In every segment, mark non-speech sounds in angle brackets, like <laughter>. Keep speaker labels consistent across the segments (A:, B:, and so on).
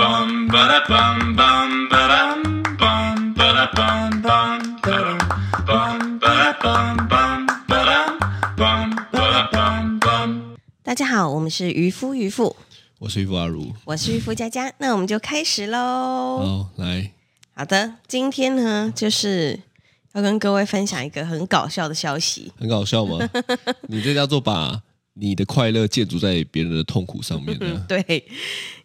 A: bum ba da bum bum ba dum bum ba da bum bum ba dum bum ba da bum bum ba dum bum ba da bum bum.
B: 大家好，我们是渔夫渔妇，
C: 我是渔夫阿如。
B: 我是渔夫佳佳，那我们就开始喽。
C: 好，来，
B: 好的，今天呢，就是要跟各位分享一个很搞笑的消息。
C: 很
B: <laughs>
C: 搞笑吗？你这叫做把你的快乐建筑在别人的痛苦上面啊
B: 嗯
C: 呢，？
B: 对，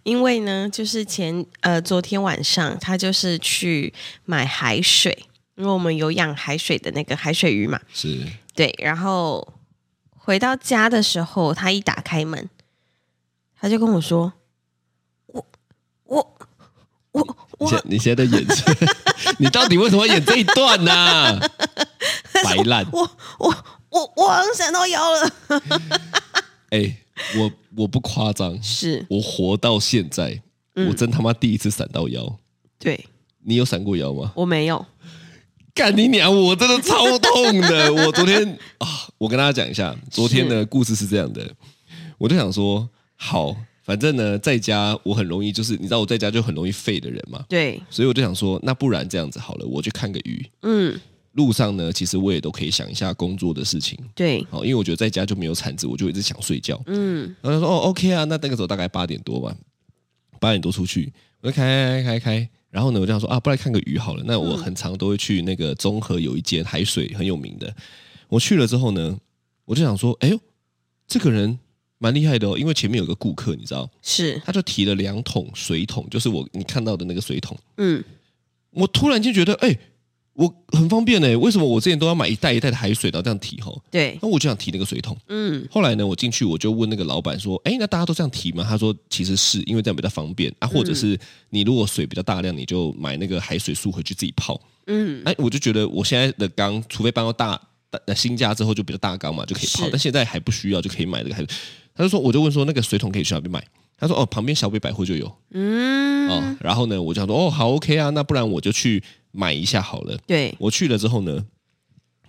B: 因为呢，就是前呃昨天晚上，他就是去买海水，因为我们有养海水的那个海水鱼嘛。
C: <laughs> 是
B: 对，然后回到家的时候，他一打开门，他就跟我说：“我我我
C: 你
B: 我
C: 现你现在在演什么， <laughs> 你到底为什么要演这一段呢、
B: <laughs>
C: 白烂，
B: 我我我我好像闪到腰了。
C: 哎、我我不夸张，
B: 是，嗯
C: 我活到现在，我真他妈第一次闪到腰。
B: 对
C: 你有闪过腰吗？
B: 我没有，
C: 干你娘！我真的超痛的。我昨天啊，我跟大家讲一下，昨天的故事是这样的，我就想说，好，反正呢，在家我很容易，就是你知道我在家就很容易废的人嘛，
B: 对，
C: 所以我就想说，那不然这样子好了，我去看个鱼。
B: 嗯，
C: 路上呢，其实我也都可以想一下工作的事情，
B: 对，
C: 好，因为我觉得在家就没有产值，我就一直想睡觉。
B: 嗯，
C: 然后他说哦，OK 啊，那那个时候大概八点多吧，八点多出去，我就开开开开，然后呢，我就想说啊，不来看个鱼好了。那我很常都会去那个中和有一间海水很有名的，我去了之后呢，我就想说，哎呦，这个人蛮厉害的哦，因为前面有个顾客，你知道，
B: 是，
C: 他就提了两桶水桶，就是我你看到的那个水桶，
B: 嗯，
C: 我突然间觉得，哎。我很方便呢、为什么我之前都要买一袋一袋的海水，然后这样提吼？
B: 对，
C: 那我就想提那个水桶，
B: 嗯，
C: 后来呢，我进去我就问那个老板说：“哎，那大家都这样提吗？”他说：“其实是因为这样比较方便啊，或
B: 嗯
C: 者是你如果水比较大量，你就买那个海水素回去自己泡。”
B: 嗯，
C: 哎，我就觉得我现在的缸，除非搬到大大呃新家之后就比较大缸嘛，就可以泡
B: 是，
C: 但现在还不需要，就可以买这个海水。他就说，我就问说那个水桶可以去哪边买？他说哦，旁边小北百货就有
B: 嗯，
C: 哦。然后呢，我就想说哦，好 OK 啊，那不然我就去买一下好了。
B: 对，
C: 我去了之后呢，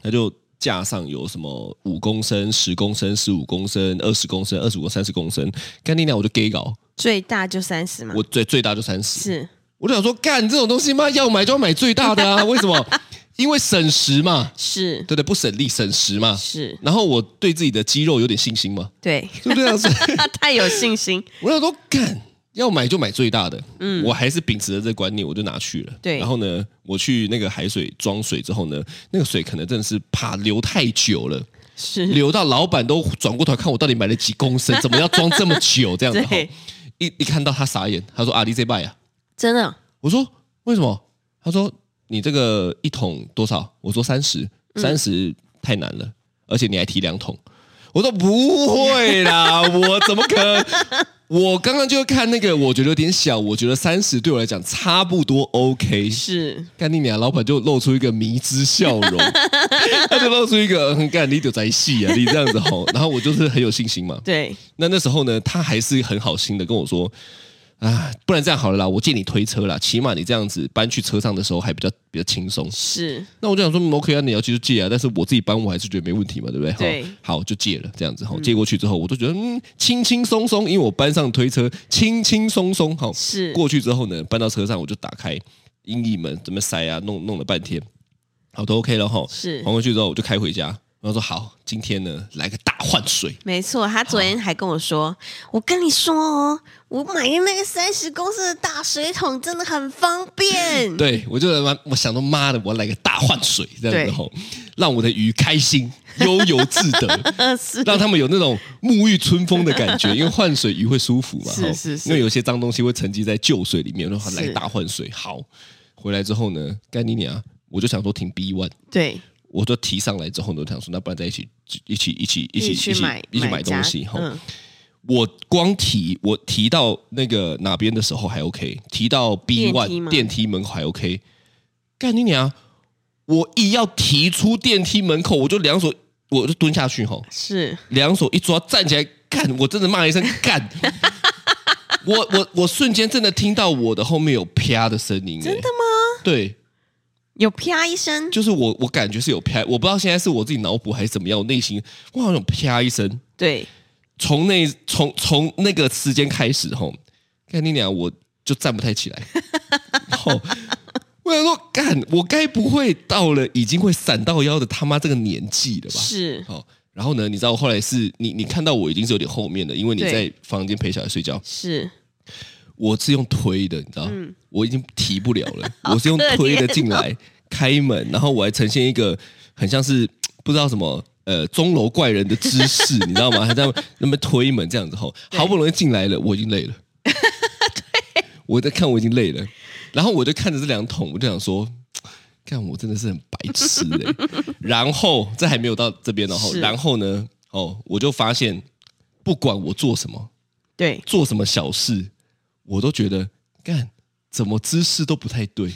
C: 他就架上有什么五公升、十公升、十五公升、二十公升、二十五、三十公升，干你娘！我就 gay 搞，
B: 最大就三十嘛，
C: 我最最大就三十。
B: 是，
C: 我就想说，干这种东西嘛，要买就要买最大的啊！为什么？因为省时嘛，
B: 是，
C: 对不对？不省力，省时嘛。
B: 是，
C: 然后我对自己的肌肉有点信心嘛， <laughs>
B: 对，
C: 对不对？啊是，
B: 他太有信心，
C: 我想说，干要买就买最大的，嗯，我还是秉持着这个观念，我就拿去了。
B: 对
C: 然后呢，我去那个海水装水之后呢，那个水可能真的是怕流太久了，
B: 是，
C: 流到老板都转过头看我到底买了几
B: <laughs>
C: 公升，怎么要装这么久这样子？
B: 对
C: 吼一一看到他傻眼，他说：“啊，你这拜啊
B: 真的，！”
C: 我说：“为什么？”他说：“你这个一桶多少？”我说：“三十，三十太难了，而且你还提两桶。”我说：“不会啦，我怎么可能？”我刚刚就看那个，我觉得有点小，我觉得三十对我来讲差不多 OK。
B: 是，
C: 干你娘！老板就露出一个迷之笑容，他就露出一个嗯干你就在戏啊，你这样子吼。然后我就是很有信心嘛。
B: 对，
C: 那那时候呢，他还是很好心的跟我说啊，不然这样好了啦，我借你推车啦，起码你这样子搬去车上的时候还比较比较轻松。
B: 是，
C: 那我就想说嗯 OK 啊，你要借就借啊，但是我自己搬我还是觉得没问题嘛，对不对？
B: 对嗯
C: 吼好就借了这样子吼，借过去之后我都觉得嗯轻轻松松，因为我搬上推车轻轻松松好。
B: 是，
C: 过去之后呢，搬到车上我就打开阴翼门，怎么塞啊，弄弄了半天，好都 OK 了哈。
B: 是
C: 还，回去之后我就开回家，然后说好，今天呢来个大换水，
B: 没错，他昨天还跟我说：“我跟你说哦，我买的那个三十公升的大水桶真的很方便。”，
C: 对我就妈，我想到妈的，我来个大换水这样
B: 对
C: 子吼，让我的鱼开心悠游自
B: <laughs>
C: 得。
B: 呃，是
C: 让他们有那种沐浴春风的感觉，因为换水鱼会舒服嘛。
B: 是
C: 吼
B: 是是
C: 因为有些脏东西会沉积在旧水里面，然后它来
B: 是
C: 大换水。好，回来之后呢，干你娘！我就想说停 B one，
B: 对，
C: 我就提上来之后呢，我就想说，那不然在一起一起一起一起
B: 一起
C: 一起
B: 去买
C: 一起买
B: 家
C: 东西哈、吼
B: 嗯，
C: 我光提我提到那个哪边的时候还 OK，提到 B
B: 电梯吗
C: one 电梯门口还 OK。干你娘！我一要提出电梯门口，我就两手我就蹲下去吼，
B: 是
C: 两手一抓站起来干，我真的骂了一声干。我我我瞬间真的听到我的后面有啪的声音、欸，真的吗？对，
B: 有啪一声，
C: 就是我，我感觉是有啪，我不知道现在是我自己脑补还是怎么样，我内心我好像有啪一声。
B: 对，
C: 从那从从那个时间开始，吼，看你俩我就站不太起来。然后我想说，干，我该不会到了已经会闪到腰的他妈这个年纪了吧？
B: 是
C: 好、然后呢，你知道我后来是你你看到我已经是有点后面的，因为你
B: 对
C: 在房间陪小孩睡觉，
B: 是，
C: 我是用推的，你知道，我已经提不了了，我是用推的进来开门，然后我还呈现一个很像是不知道什么。呃，钟楼怪人的姿势，你知道吗？还 <laughs> 在那边推门这样子吼，好不容易进来了，我已经累了。我在看，我已经累了。然后我就看着这两桶，我就想说，看我真的是很白痴哎、然后这还没有到这边哦，
B: 是
C: 然后呢，哦，我就发现，不管我做什么，
B: 对，
C: 做什么小事，我都觉得干怎么姿势都不太对，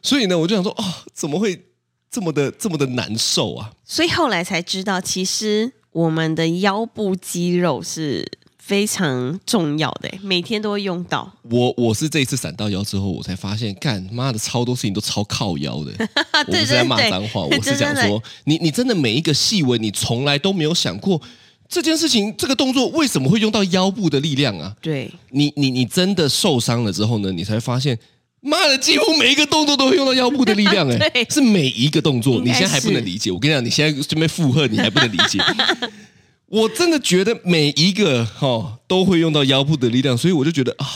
C: <laughs> 所以呢，我就想说，哦，怎么会这么的这么的难受啊？
B: 所以后来才知道，其实我们的腰部肌肉是非常重要的，每天都会用到。
C: 我我是这一次闪到腰之后，我才发现，干妈的超多事情都超靠腰
B: <laughs>
C: 的。我不
B: 对
C: 是在
B: 对
C: 骂
B: 对
C: 脏话，
B: 对
C: 我
B: 真
C: 是讲
B: 的
C: 说，你你真的每一个细纹，你从来都没有想过这件事情，这个动作为什么会用到腰部的力量啊？
B: 对，
C: 你你你真的受伤了之后呢，你才发现，妈的，几乎每一个动作都会用到腰部的力量、
B: <laughs>
C: 欸，
B: 对
C: 是每一个动作，
B: 应
C: 你
B: 该
C: 现在还不能
B: 是
C: 理解。我跟你讲，你现在这边附和，你还不能理解。我真的觉得每一个哦都会用到腰部的力量，所以我就觉得啊，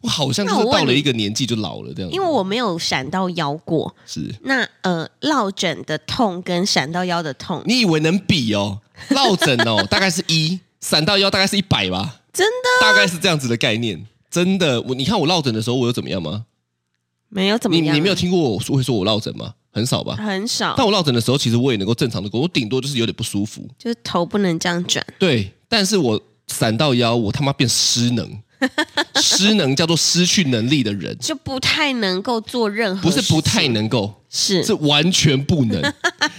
C: 我好像就是
B: 那我问
C: 到了
B: 你
C: 一个年纪就老了这样子。
B: 因为我没有闪到腰过，
C: 是
B: 那呃，落枕的痛跟闪到腰的痛，
C: 你以为能比哦，落枕哦，大概是一，闪到腰大概是一百吧，
B: 真的
C: 大概是这样子的概念。真的，我你看我落枕的时候，我有怎么样吗？
B: 没有怎么
C: 你
B: 样啊，
C: 你没有听过我说会说我落枕吗？很少吧。
B: 很少
C: 但，我落枕的时候，其实我也能够正常的过，我顶多就是有点不舒服。
B: 就是头不能这样转，
C: 对，但是我闪到腰，我他妈变失
B: <laughs>
C: 能，失能叫做失去能力的人，
B: 就不太能够做任何
C: 不是不太
B: 事
C: 能够，
B: 情
C: 是
B: 是，
C: 完全
B: <laughs>
C: 不能。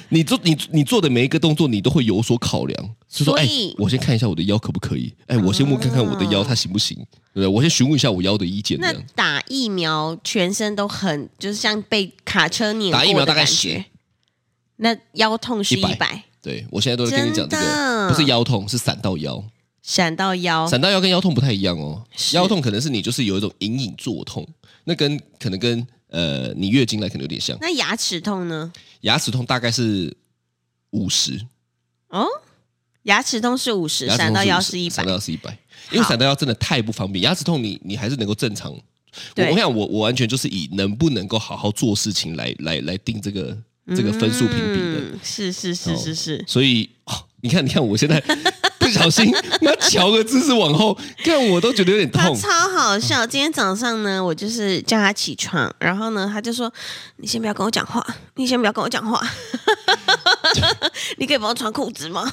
C: 你做你你做的每一个动作，你都会有所考量，就说
B: 所
C: 哎
B: 以，啊
C: 我先看一下我的腰可不可以，哎，我先问看看我的腰它行不行，对不对？我先询问一下我腰的意见，这
B: 那
C: 样
B: 打疫苗全身都很，就是像被卡车碾
C: 打疫
B: 过
C: 苗
B: 的
C: 大概
B: 感觉，那腰痛是
C: 100
B: 一百，
C: 对我现在都在跟你讲这
B: 真
C: 个，
B: 的
C: 不是腰痛，是闪到腰。
B: 闪到腰，
C: 闪到腰跟腰痛不太一样
B: 哦
C: 哦，
B: 是
C: 腰痛可能是你就是有一种隐隐作痛，那跟可能跟呃你月经来可能有点像，
B: 那牙齿痛呢？
C: 牙齿痛大概是五十，
B: 哦，牙齿痛是五十，
C: 牙齿
B: 闪
C: 痛
B: 到腰
C: 是
B: 是一百
C: 闪到，腰是一百，因为闪到腰真的太不方便，牙齿痛你你还是能够正常。我
B: 对
C: 我想我我完全就是以能不能够好好做事情来来来定这个这个分数评比的，
B: 嗯，是是是
C: 哦
B: 是是，
C: 所以、哦、你看你看我
B: <laughs>
C: 现在不小心那瞧个姿势往后，看我都觉得有点
B: 他
C: 痛。
B: 超好笑。
C: 嗯
B: 今天早上呢，我就是叫他起床，然后呢，他就说：“你先不要跟我讲话，你先不要跟我讲话， <laughs> 你可以帮我穿裤子吗。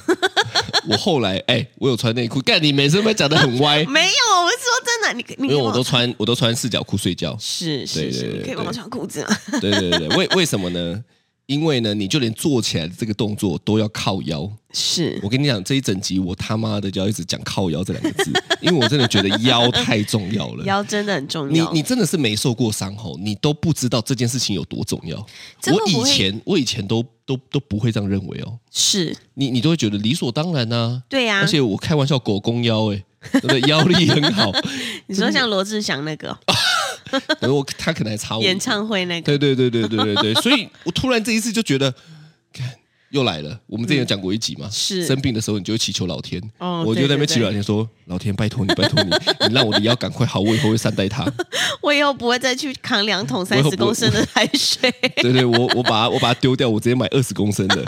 C: 我后来哎、我有穿内裤，干你每次都被讲的很歪？”
B: <laughs> 没有，我是说真的，你可嗯你
C: 因
B: 可以
C: 为
B: 帮。
C: 我都穿我都穿四角裤睡觉
B: 是
C: 对
B: 是
C: 对
B: 是，
C: 对
B: 你可以
C: 对
B: 帮我穿裤子吗？ <laughs>
C: 对对对对，为为什么呢？因为呢，你就连坐起来的这个动作都要靠腰。
B: 是
C: 我跟你讲，这一整集我他妈的就要一直讲靠腰这两个字， <laughs> 因为我真的觉得腰太重要了。
B: 腰真的很重
C: 你
B: 要。
C: 你真的是没受过伤后，你都不知道这件事情有多重要。
B: 这
C: 我
B: 会不
C: 以
B: 会
C: 前我以前都都都不会这样认为哦，
B: 是
C: 你你都会觉得理所当然呐、
B: 对啊呀、
C: 而且我开玩笑，狗公腰哎、对不对？ <laughs> 腰力很好，
B: 你说像罗志祥那个
C: 然后我他可能还哦差我一
B: 演
C: 步
B: 唱会那个，
C: 对对对对对对对，所以我突然这一次就觉得，看又来了。我们之前有讲过一集嘛，
B: 嗯是
C: 生病的时候你就会祈求老天，
B: 哦
C: 我就在那边
B: 对对
C: 祈求老天说：“老天，拜托你，拜托你，你让我的腰赶快好，我以后会善
B: <laughs>
C: 待它。
B: 我以后不会再去扛两桶
C: 以
B: 三
C: 后
B: 十
C: 不会
B: 公升的海
C: <laughs>
B: 水。
C: 对对，我我把它我把它丢掉，我直接买二十公升的。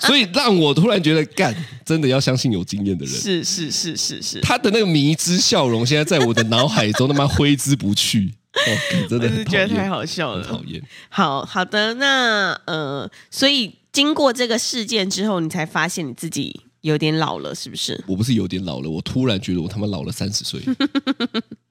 C: 所以让我突然觉得，干，真的要相信有经验的人。
B: 是是是是是，
C: 他的那个迷之笑容，现在在我的脑海中他妈挥之不去。哦，干
B: 我
C: 真的
B: 是
C: 很讨
B: 觉得太
C: 厌，
B: 好笑
C: 很
B: 了
C: 讨。厌。
B: 好好的，那呃，所以经过这个事件之后，你才发现你自己有点老了，是不是？
C: 我不是有点老了，我突然觉得我他妈老了三十
B: <laughs>
C: 岁，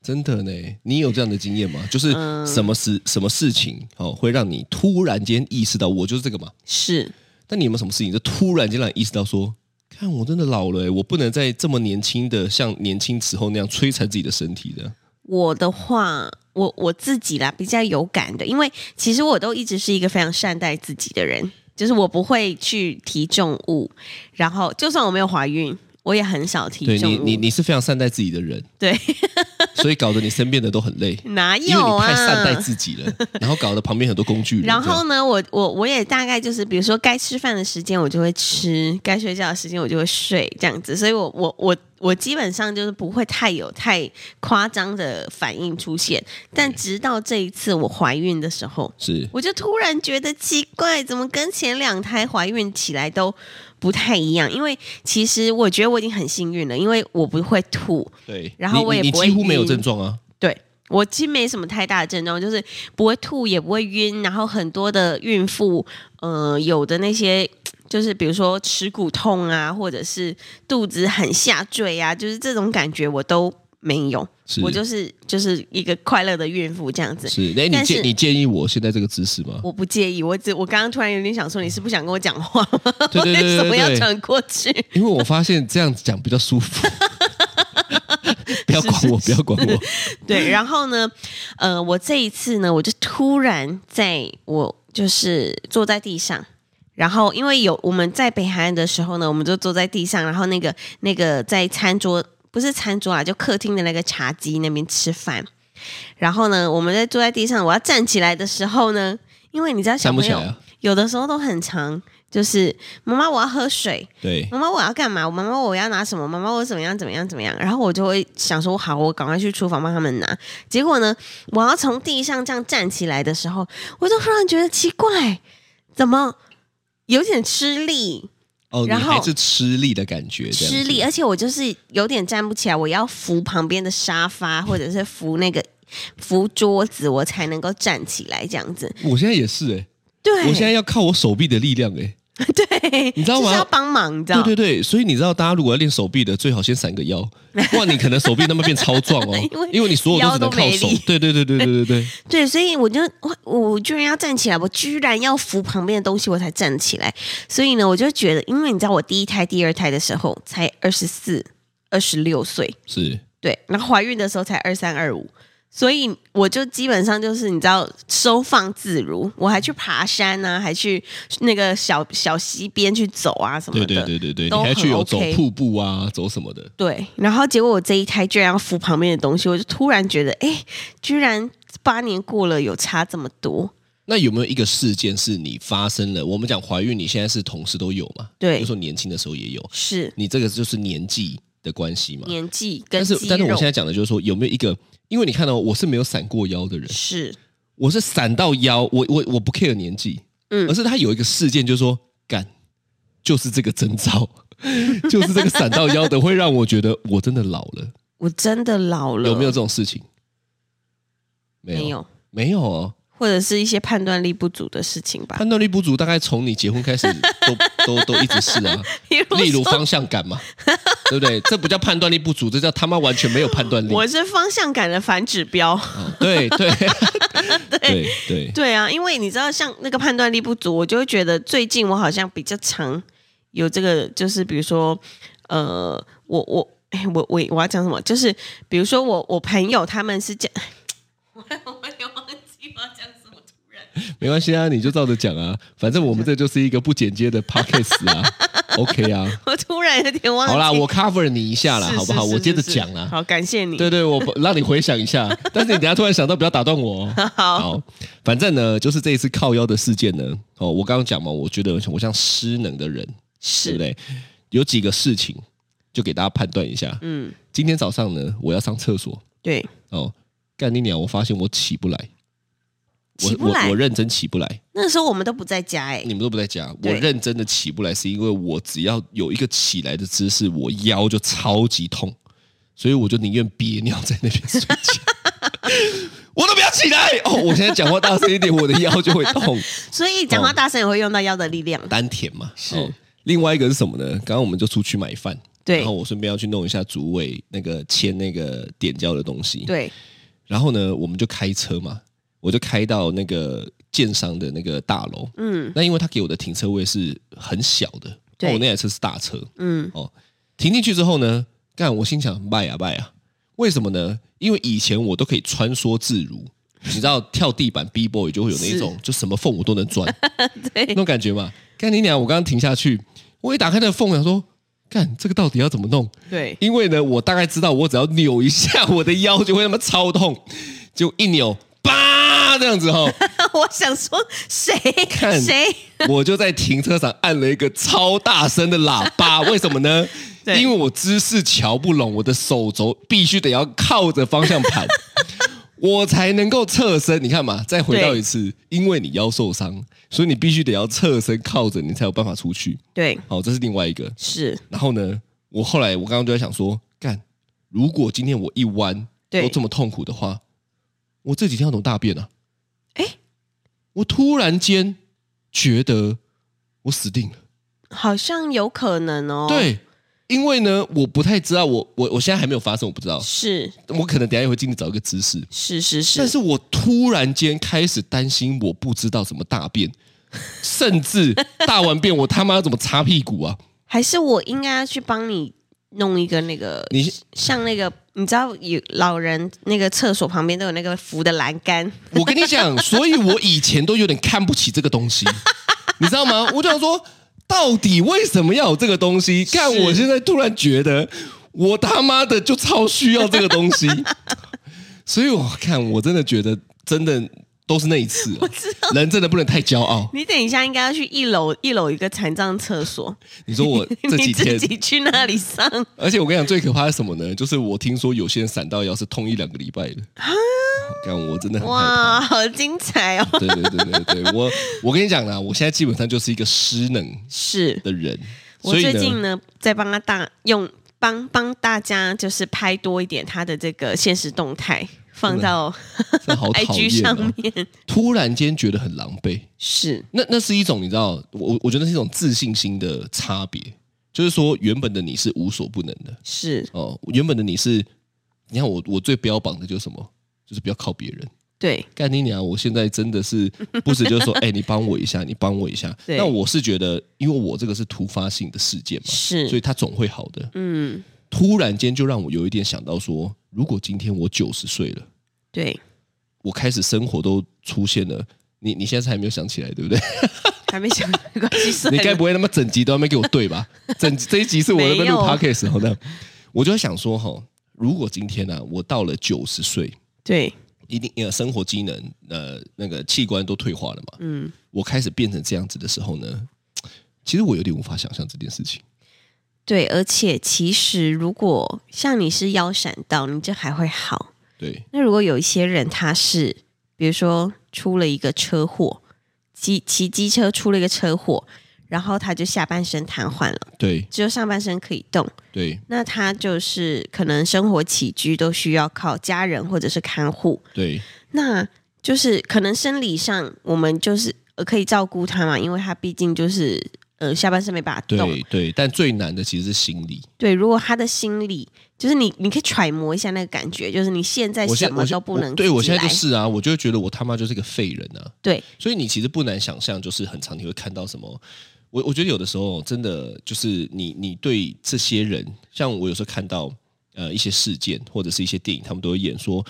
C: 真的呢。你有这样的经验吗？就是
B: 嗯
C: 什么事、什么事情哦，会让你突然间意识到我就是这个嘛？
B: 是
C: 但你有没有什么事情，就突然间让你意识到说，看我真的老了欸，我不能再这么年轻的像年轻时候那样摧残自己的身体的。
B: 我的话，我我自己啦比较有感的，因为其实我都一直是一个非常善待自己的人，就是我不会去提重物，然后就算我没有怀孕，我也很少提
C: 对
B: 重
C: 你，
B: 物。 <laughs>
C: <laughs> 你你是非常善待自己的人，
B: 对
C: 所以搞得你身边的都很累，
B: 哪
C: 因为
B: 有
C: 你
B: 啊？
C: 太善待自己了，然后搞得旁边很多工具人。
B: 然
C: 这
B: 后
C: 样
B: 呢，我我我也大概就是，比如说该吃饭的时间我就会吃，该睡觉的时间我就会睡，这样子。所以我我我我基本上就是不会太有太夸张的反应出现。但直到这一次我怀孕的时候，
C: 是
B: 我就突然觉得奇怪，怎么跟前两胎怀孕起来都不太一样？因为其实我觉得我已经很幸运了，因为我不会吐，
C: 对，
B: 然后
C: 你
B: 我也
C: 你你
B: 不会
C: 几乎没有
B: 晕
C: 症状啊，
B: 对我其实没什么太大的症状，就是不会吐，也不会晕。然后很多的孕妇，呃，有的那些就是比如说耻骨痛啊，或者是肚子很下坠啊，就是这种感觉我都没有。
C: 是
B: 我就是就是一个快乐的孕妇这样子。
C: 是，哎，你
B: 但是
C: 建你建议我现在这个姿势吗？
B: 我不介意，我只我刚刚突然有点想说，你是不想跟我讲话吗？ <laughs>
C: 对对对对
B: 为什么要
C: 对
B: 转过去？
C: <laughs>
B: <laughs>
C: 因为我发现这样子讲比较舒服。不要管我，不要管我，
B: 对，然后呢，呃，我这一次呢，我就突然在我就是坐在地上，然后因为有我们在北海岸的时候呢，我们就坐在地上，然后那个那个在餐桌不是餐桌啊，就客厅的那个茶几那边吃饭，然后呢，我们在坐在地上，我要站起来的时候呢，因为你知道小
C: 站不
B: 朋
C: 起
B: 友、
C: 来啊。
B: 有的时候都很长，就是妈妈我要喝水，
C: 对，
B: 妈妈我要干嘛？妈妈我要拿什么？妈妈我怎么样怎么样怎么样？然后我就会想说，好，我赶快去厨房帮他们拿。结果呢，我要从地上这样站起来的时候，我就突然觉得奇怪，怎么有点吃力，
C: 哦，
B: 然
C: 你
B: 后
C: 还是吃力的感觉，这样子
B: 吃力，而且我就是有点站不起来，我要扶旁边的沙发，或者是扶那个扶桌子，我才能够站起来这样子。
C: 我现在也是哎、
B: 对，
C: 我现在要靠我手臂的力量哎、
B: <laughs> 对，
C: 你知道吗
B: 就是要帮忙，你知道
C: 对对对，所以你知道，大家如果要练手臂的，最好先闪个腰，
B: <laughs>
C: 不然你可能手臂那么变超壮哦
B: 因为，
C: 因为你所有都只能靠
B: 腰都
C: 手
B: 没力。
C: 对对对对对对
B: <laughs>
C: 对，
B: 对，所以我就我我居然要站起来，我居然要扶旁边的东西，我才站起来。所以呢，我就觉得，因为你知道，我第一胎、第二胎的时候才二十四、二十六岁，
C: 是
B: 对，然后怀孕的时候才二三、二五，所以我就基本上就是你知道收放自如。我还去爬山啊，还去那个小小溪边去走啊什么
C: 对
B: 的。
C: 对对对对，
B: 都
C: 你还去有
B: 很
C: 走
B: OK
C: 瀑布啊，走什么的，
B: 对，然后结果我这一胎居然要扶旁边的东西，我就突然觉得，哎，居然八年过了有差这么多。
C: 那有没有一个事件是你发生了？我们讲怀孕，你现在是同事都有嘛？
B: 对
C: 有时候年轻的时候也有，
B: 是，
C: 你这个就是年纪的关系嘛。
B: 年纪跟
C: 但是
B: 肌，肉
C: 但是我现在讲的就是说，有没有一个？因为你看到、哦我是没有闪过腰的人，
B: 是
C: 我是闪到腰，我我我不 care 年纪，
B: 嗯
C: 而是他有一个事件，就是说干，就是这个征兆， <laughs> 就是这个闪到腰的，会让我觉得我真的老了。
B: 我真的 <laughs> 老了，
C: 有没有这种事情？没有，
B: 没有，
C: 没有哦。
B: 或者是一些判断力不足的事情
C: <laughs>
B: 吧？
C: 判断力不足，大概从你结婚开始 <laughs> 都都都一直
B: <laughs>
C: 是啊。
B: <laughs> 比如
C: 例如
B: 说，
C: 方向
B: <laughs>
C: 感嘛，对不对？这不叫判断力不足，这叫他妈完全没有判断力。
B: 我是方向感的反指标。
C: 哦对
B: <laughs>
C: 对对对，
B: 对啊，因为你知道，像那个判断力不足，我就会觉得最近我好像比较常有这个，就是比如说，呃，我我哎，我我我要讲什么？就是比如说我我朋友他们是这样， <laughs> 我我也忘记我要讲什么，突然。
C: 没关系啊，你就照着讲啊，反正我们这就是一个不剪接的
B: <laughs>
C: podcast 啊，OK 啊。
B: 我突然有点忘记。
C: 好啦，我 cover 你一下啦，
B: 是
C: 好不好？
B: 是是
C: 我接着
B: 是
C: 讲啊啦。
B: 好，感谢你。
C: <laughs> 对对，我让你回想
B: <laughs>
C: 一下，但是你等一下突然想到，不要打断我哦。
B: 好
C: 反正呢，就是这一次靠腰的事件呢，哦，我刚刚讲嘛，我觉得我像失能的人，对不
B: 是，
C: 对？有几个事情就给大家判断一下。
B: 嗯，
C: 今天早上呢，我要上厕所
B: 对，
C: 哦，干你娘！我发现我起不来，
B: 起不
C: 我
B: 来
C: 我我。认真起不来。
B: 那时候我们都不在家哎、
C: 你们都不在家，我
B: 对
C: 认真的起不来，是因为我只要有一个起来的姿势，我腰就超级痛，所以我就宁愿憋尿在那边睡觉。 <laughs> 我都不要起来哦！我现在讲话大声一点，我的腰就会
B: <laughs>
C: 痛。
B: 所以讲话大声也会用到腰的力量。
C: 丹田嘛，
B: 是
C: 哦另外一个是什么呢？刚刚我们就出去买饭，
B: 对
C: 然后我顺便要去弄一下主委那个签那个点交的东西。
B: 对，
C: 然后呢，我们就开车嘛，我就开到那个建商的那个大楼。
B: 嗯
C: 那因为他给我的停车位是很小的，
B: 对
C: 哦我那台车是大车
B: 嗯，
C: 哦。停进去之后呢，干我心想卖啊卖啊，为什么呢？因为以前我都可以穿梭自如，你知道跳地板 B boy 就会有那种就什么缝我都能钻
B: <laughs> 对
C: 那种感觉嘛。干你娘！我刚刚停下去，我一打开那个缝，想说。干这个到底要怎么弄？
B: 对， <laughs>
C: 因为呢，我大概知道，我只要扭一下，我的腰就会那么超痛，就一扭，叭这样子哈、
B: 我想说谁
C: 看
B: 谁
C: 我就在停车场按了一个超大声的喇叭，为什么呢？
B: 对
C: 因为我姿势瞧不拢，我的手肘必须得要靠着方向盘，我才能够侧身。你看嘛，再回到一次，因为你腰受伤，所以你必须得要侧身靠着，你才有办法出去。
B: 对
C: 好，这是另外一个。
B: 是
C: 然后呢，我后来我刚刚就在想说，干，如果今天我一弯
B: 对
C: 都这么痛苦的话，我这几天要怎么大便啊？
B: 哎，
C: 我突然间觉得我死定了。
B: 好像有可能哦，，
C: 对，因为呢，我不太知道，我我我现在还没有发生，我不知道，
B: 是
C: 我可能等一下也会尽力找一个姿势。
B: 是是
C: 但
B: 是，
C: 是我突然间开始担心，我不知道怎么大便，甚至大完便我他妈要怎么擦屁股啊？
B: 还是我应该要去帮你弄一个那个，
C: 你
B: 像那个你知道有老人那个厕所旁边都有那个扶的栏杆，
C: 我跟你讲，所以我以前都有点看不起这个东西， <laughs> 你知道吗？我就想说，到底为什么要有这个东西？看
B: 是
C: 我现在突然觉得，我他妈的就超需要这个东西， <laughs> 所以我看我真的觉得，真的都是那一次、啊，人真的不能太骄傲。
B: 你等一下应该要去一楼一楼一个残障厕所，
C: 你
B: <laughs>
C: 说我这几
B: 你自
C: 天，
B: 己去那里上，
C: 而且我跟你讲，最可怕是什么呢？就是我听说有些人闪到腰是痛一两个礼拜的，看我真的很害怕。
B: 啊哇，好精彩哦！
C: 对对对对对，我我跟你讲啦，我现在基本上就是一个失能
B: 是
C: 的人，
B: 我
C: 所以
B: 最
C: 呢，
B: 近
C: <laughs>
B: 呢在帮他大用帮帮大家就是拍多一点他的这个现实动态，放到 <laughs>
C: 真的好讨
B: IG
C: 厌、
B: 上
C: 啊，
B: 面。
C: 突然间觉得很狼狈。
B: 是
C: 那那是一种你知道，我我觉得是一种自信心的差别，就是说原本的你是无所不能的
B: 是，
C: 哦，原本的你是，你看我我最标榜的就是什么，就是不要靠别人。
B: 对
C: 干你娘！我现在真的是 <laughs> 不止就是说，哎、你帮我一下，你帮我一下。
B: 对
C: 那我是觉得，因为我这个是突发性的事件嘛，所以
B: 是，
C: 它总会好的。
B: 嗯，
C: 突然间就让我有一点想到说，如果今天我九十岁了，
B: 对，
C: 我开始生活都出现了。你你现在是还没有想起来，
B: <laughs>
C: 对不对？
B: 还没想没关系，算
C: <laughs> 你该
B: 了。
C: 不会他妈整集都还没给我对吧？整
B: <laughs>
C: 这一集是我在那边录
B: 没有
C: podcast 好的，我就在想说哈，如果今天呢、啊我到了九十岁，
B: 对，
C: 一定呃生活机能呃那个器官都退化了嘛，
B: 嗯，
C: 我开始变成这样子的时候呢，其实我有点无法想象这件事情。
B: 对，而且其实如果像你是腰闪到，你这还会好。
C: 对，
B: 那如果有一些人他是，比如说出了一个车祸，骑骑机车出了一个车祸，然后他就下半身瘫痪了，
C: 对，
B: 只有上半身可以动，
C: 对，
B: 那他就是可能生活起居都需要靠家人或者是看护，
C: 对，
B: 那就是可能生理上我们就是呃可以照顾他嘛，因为他毕竟就是呃下半身没办法动，
C: 对，对。但最难的其实是心理。
B: 对，如果他的心理就是你，你可以揣摩一下那个感觉，就是你现在
C: 我
B: 什
C: 现在
B: 么
C: 我
B: 都不
C: 我
B: 能
C: 对我
B: 起
C: 现在就
B: 来
C: 是啊，我就会觉得我他妈就是个废人啊。
B: 对
C: 所以你其实不难想象，就是很常你会看到什么。我我觉得有的时候真的就是你你对这些人，像我有时候看到呃一些事件或者是一些电影，他们都会演说，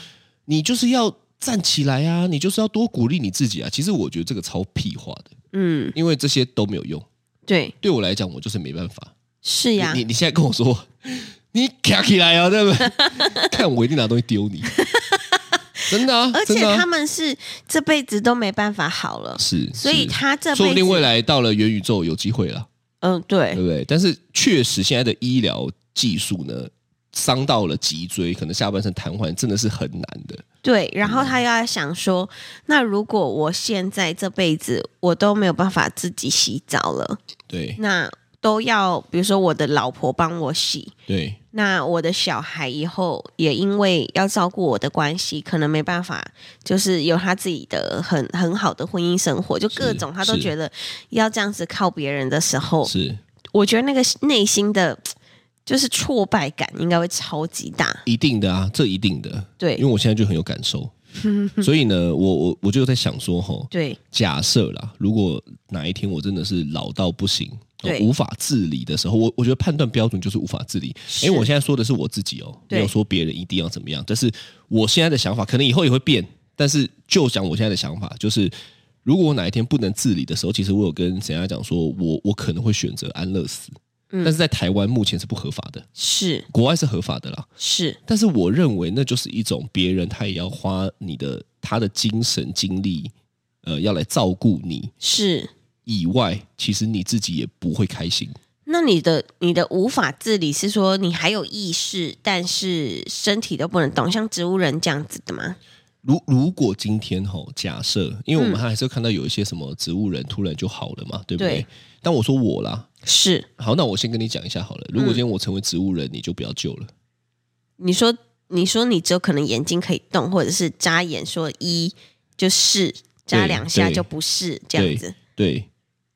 C: 你就是要站起来啊，你就是要多鼓励你自己啊。其实我觉得这个超屁话的，
B: 嗯
C: 因为这些都没有用。
B: 对
C: 对我来讲，我就是没办法。
B: 是啊呀
C: 你，你你现在跟我说， <laughs> 你卡起来啊，对不 <laughs> 对？看我一定拿东西
B: <laughs>
C: 丢你，真的啊，
B: 而
C: 真
B: 且
C: 的啊
B: 他们是这辈子都没办法好了，
C: 是，
B: 所以
C: 是
B: 他这
C: 说不
B: 辈
C: 定未
B: 子
C: 来到了元宇宙有机会了，
B: 嗯
C: 对
B: 对
C: 不对？但是确实现在的医疗技术呢，伤到了脊椎，可能下半身瘫痪，真的是很难的。
B: 对，然后
C: 嗯
B: 他又要想说，那如果我现在这辈子我都没有办法自己洗澡了，
C: 对
B: 那都要比如说我的老婆帮我洗，
C: 对
B: 那我的小孩以后也因为要照顾我的关系，可能没办法，就是有他自己的很很好的婚姻生活，就各种他都
C: 是
B: 觉得要这样子靠别人的时候，
C: 是
B: 我觉得那个内心的就是挫败感应该会超级大。
C: 一定的啊，这一定的，因为
B: 对
C: 我现在就很有感受。所以呢，我我我就在想说，吼，
B: 对
C: 假设啦，如果哪一天我真的是老到不行，呃
B: 对
C: 无法自理的时候，我我觉得判断标准就是无法自理。
B: 是
C: 哎，我现在说的是我自己哦，
B: 对
C: 没有说别人一定要怎么样，但是我现在的想法可能以后也会变，但是就讲我现在的想法，就是如果我哪一天不能自理的时候，其实我有跟沈佳讲说，我我可能会选择安乐死，
B: 嗯
C: 但是在台湾目前是不合法的，
B: 是
C: 国外是合法的啦。
B: 是，
C: 但是我认为那就是一种别人他也要花你的他的精神精力，呃，要来照顾你
B: 是。
C: 以外，其实你自己也不会开心。
B: 那你的你的无法自理是说你还有意识，但是身体都不能动，像植物人这样子的吗？
C: 如如果今天吼、假设，因为我们还是会看到有一些什么植物人突然就好了嘛，对不对？
B: 对
C: 但我说我啦，
B: 是，
C: 好，那我先跟你讲一下好
B: 嗯
C: 了。如果今天我成为植物人，你就不要救了。
B: 你说你说你只有可能眼睛可以动，或者是眨眼说一就是，眨
C: 对
B: 两下
C: 对
B: 就不是这样子，
C: 对，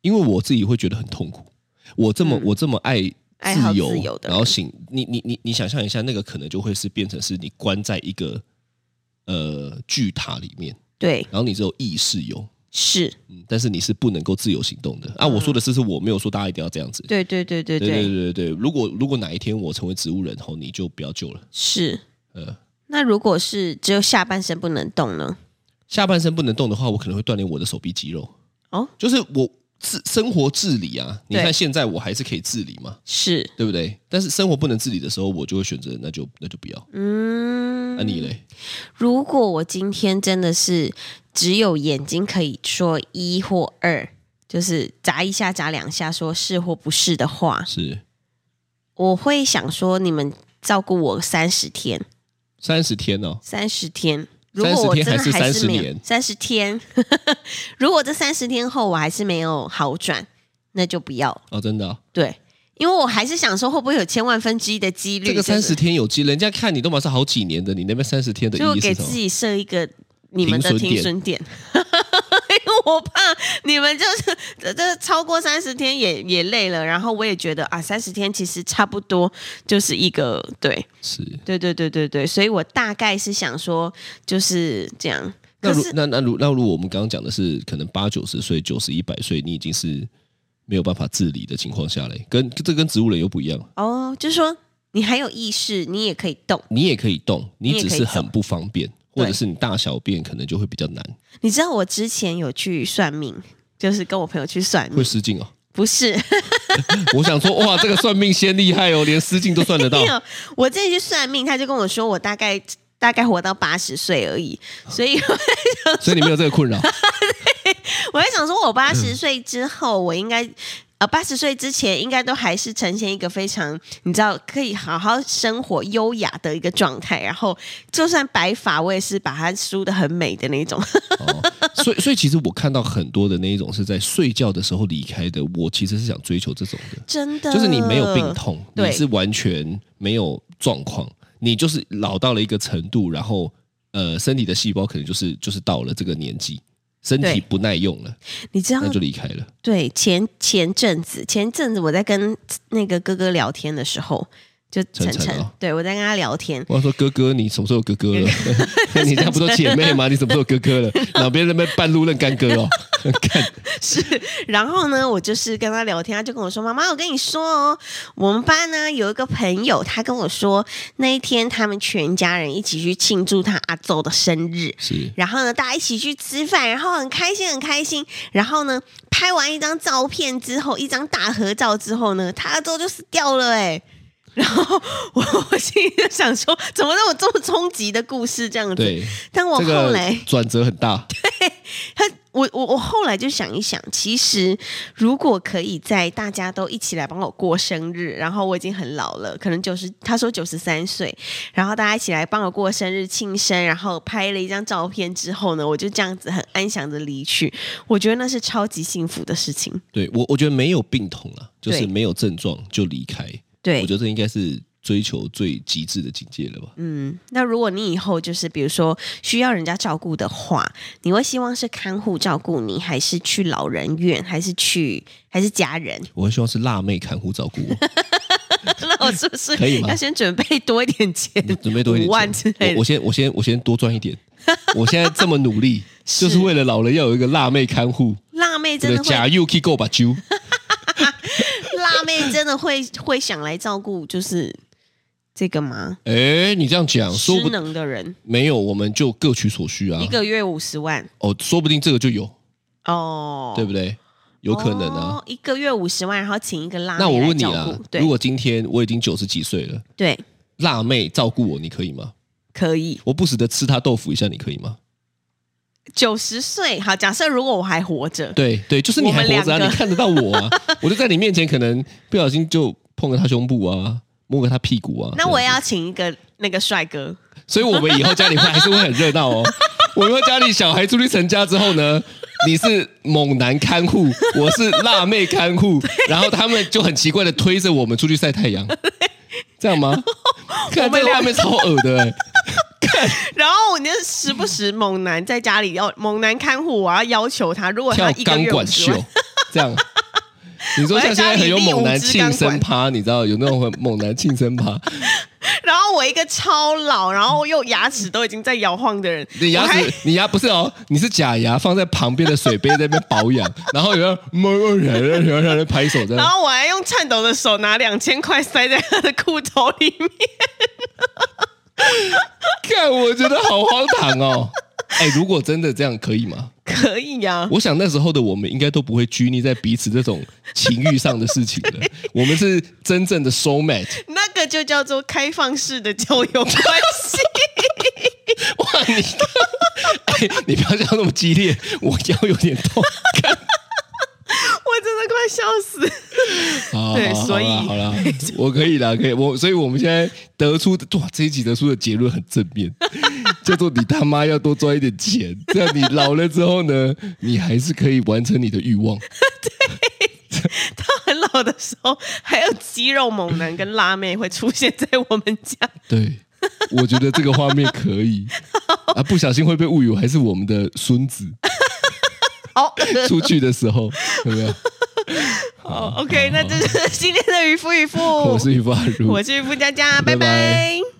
C: 因为我自己会觉得很痛苦。我这么、我这么爱
B: 嗯爱好
C: 自由，
B: 自由的人
C: 然后醒，你你你你想象一下，那个可能就会是变成是你关在一个呃巨塔里面，
B: 对，
C: 然后你只有意识有，
B: 是，
C: 嗯，但是你是不能够自由行动的。啊，我说的是是我没有说大家一定要这样子。
B: 嗯对对对对
C: 对对对对对，如果如果哪一天我成为植物人后，你就不要救了。
B: 是。
C: 呃，
B: 那如果是只有下半身不能动呢？
C: 下半身不能动的话，我可能会锻炼我的手臂肌肉。
B: 哦，
C: 就是我自生活自理啊，你
B: 对
C: 看现在我还是可以自理嘛，
B: 是，
C: 对不对？但是生活不能自理的时候，我就会选择那就那就不要。
B: 嗯
C: 那、你嘞？
B: 如果我今天真的是只有眼睛可以说一或二，就是眨一下、眨两下，说是或不是的话，
C: 是
B: 我会想说你们照顾我三十天，
C: 三十天哦，
B: 三十天。如果我
C: 30天
B: 真的
C: 还是
B: 还是
C: 30
B: 没有
C: 年
B: 三十天， <laughs> 如果这三十天后我还是没有好转，那就不要
C: 哦，真的哦、
B: 对，因为我还是想说会不会有千万分之一的几率，
C: 这个
B: 就是
C: 三十天有机，人家看你都马上好几年的，你那边三十天的
B: 就
C: 意义
B: 给
C: 是什
B: 自
C: 么？
B: 己设一个你们的停
C: 停
B: 损
C: 损
B: 点， <laughs> 因为我怕你们就是这这超过三十天也也累了，然后我也觉得啊，三十天其实差不多就是一个对
C: 是。
B: 对对对对对，所以我大概是想说就是这样。
C: 那
B: 可
C: 如
B: 是
C: 那那如那如果我们刚刚讲的是可能八九十岁、九十一百岁，你已经是没有办法自理的情况下嘞，跟这跟植物人又不一样。
B: 哦，就是说你还有意识，你也可以动。
C: 你也可以动，
B: 你也
C: 你只
B: 可以
C: 是很
B: 走
C: 不方便，或
B: 对
C: 者是你大小便可能就会比较难，
B: 你知道我之前有去算命，就是跟我朋友去算
C: 会
B: 命，
C: 失禁哦。
B: 不是。
C: 我想说，哇，这个算命先厉害哦，连失禁都算得到
B: 没。有，我之前去算命，他就跟我说我大概大概活到八十岁而已，所以 <laughs>
C: 所以你没有这个困扰，
B: 我在想说，我八
C: 嗯
B: 十岁之后，我应该。呃，八十岁之前应该都还是呈现一个非常，你知道，可以好好生活、优雅的一个状态。然后，就算白发，我也是把它梳的很美的那种。 <laughs>
C: 哦、所以所以其实我看到很多的那一种是在睡觉的时候离开的，我其实是想追求这种的，
B: 真的，
C: 就是你没有病，痛，
B: 对
C: 你是完全没有状况，你就是老到了一个程度，然后呃，身体的细胞可能就是就是到了这个年纪，身
B: 对
C: 体不耐用了，
B: 你知道
C: 那就离开了。
B: 对，前前阵子，前阵子我在跟那个哥哥聊天的时候，就晨
C: 晨
B: 晨，
C: 哦
B: 对我在跟他聊天，
C: 我要说哥哥，你什么时候有哥哥
B: <laughs>
C: 了？ <laughs> 你家不都姐妹吗？你什么时候有哥哥了？哪边那边半路认干哥
B: <laughs>
C: 哦？
B: 然后呢，我就是跟他聊天，他就跟我说：“妈妈，我跟你说哦，我们班呢有一个朋友，他跟我说那一天他们全家人一起去庆祝他阿周的生日，
C: 是
B: 然后呢大家一起去吃饭，然后很开心很开心。然后呢拍完一张照片之后，一张大合照之后呢，他阿周就死掉了哎。” <laughs> 然后我我心里就想说，怎么那么这么冲击的故事这样子？
C: 对，
B: 但我
C: 这
B: 后
C: 个
B: 来、
C: 转折很大，
B: 他，我我我后来就想一想，其实如果可以在大家都一起来帮我过生日，然后我已经很老了，可能九十，他说九十三岁，然后大家一起来帮我过生日庆生，然后拍了一张照片之后呢，我就这样子很安详的离去，我觉得那是超级幸福的事情。
C: 对我我觉得没有病痛啊，就是
B: 对
C: 没有症状就离开，
B: 对
C: 我觉得这应该是追求最极致的境界了吧？
B: 嗯，那如果你以后就是比如说需要人家照顾的话，你会希望是看护照顾你，还是去老人院，还是去还是家人？
C: 我很希望是辣妹看护照顾我，
B: 那我哦是不是
C: 可以吗
B: 要先准备多一点钱，
C: 准备多一点
B: 五万之
C: 钱
B: 类
C: 我
B: 的
C: 我？先我先我先多赚一点，我现在这么努
B: <laughs>
C: 力，就是为了老了要有一个辣妹看护，
B: 辣妹
C: 这
B: 真
C: 个
B: 的会，
C: 假 UK 够把揪。
B: <laughs> 辣妹真的会会想来照顾，就是这个吗？
C: 哎，你这样讲，说
B: 失
C: 不
B: 能的人
C: 没有，我们就各取所需啊
B: 一。个月五十万
C: 哦，说不定这个就有，
B: 哦，
C: 对不对？有可能啊。
B: 哦一个月五十万，然后请一个辣妹
C: 那我
B: 来
C: 问你
B: 照
C: 啊
B: 顾，对
C: 如果今天我已经九十几岁了，
B: 对
C: 辣妹照顾我，你可以吗？
B: 可以
C: 我不时的吃她豆腐一下，你可以吗？
B: 九十岁好，假设如果我还活着，
C: 对对，就是你
B: 我
C: 还
B: 们
C: 活
B: 两
C: 着、啊，
B: 个
C: 你看得到我啊， <laughs> 我就在你面前，可能不小心就碰了她胸部啊，摸个她屁股啊。
B: 那我
C: 这
B: 也
C: 样
B: 要请一个那个帅哥， <laughs>
C: 子，所以我们以后家里会还是会很热闹哦。我们家里小孩出去成家之后呢，你是猛男看护，我是辣妹看护，然后他们就很奇怪的推着我们出去晒太阳，这样吗？看这个画面超恶的、欸，
B: 然后你就时不时猛男在家里要猛男看护，我要要求他，如果他
C: 跳
B: 一个
C: 钢
B: 月
C: 管
B: 50
C: 秀
B: 万，
C: 这样。你说像现在很有猛男庆生趴，你知道有那种很猛男庆生趴，
B: 然后我一个超老，然后又牙齿都已经在摇晃的人，
C: 你牙
B: 我还
C: 齿你牙不是哦，你是假牙放在旁边的水杯在那边保养，然后有人摸人人人人拍手这
B: 然
C: 样，
B: 后我还用颤抖的手拿两千块塞在他的裤头里面。
C: 看我觉得好荒
B: <laughs>
C: 唐哦。哎，如果真的这样可以吗？
B: 可以呀、
C: 我想那时候的我们应该都不会拘泥在彼此这种情欲上的事情
B: <laughs>
C: 的，我们是真正的 soul mate。
B: 那个就叫做开放式的交友关系。
C: 哇，你、哎，你不要笑那么激烈，我腰有
B: <laughs>
C: 点痛。
B: 我真的快笑死！
C: 好
B: 对
C: 好
B: 所以
C: 好了，
B: <laughs>
C: 我可以了，可以。我所以我们现在得出的哇，这一集得出的结论很正
B: <laughs>
C: 面，叫做你他妈要多赚一点钱，这样你老了之后呢，你还是可以完成你的欲望。
B: 他很老的时候，还有肌肉猛男跟辣妹会出现在我们家。
C: 对，我觉得这个画面可以啊，不小心会被误以为还是我们的孙子
B: 好，
C: 出去的时候，有没有？
B: 哦，OK，那这就是今天的渔夫渔夫，
C: 我是于发如，
B: 我是渔夫佳佳，
C: 拜拜
B: 拜拜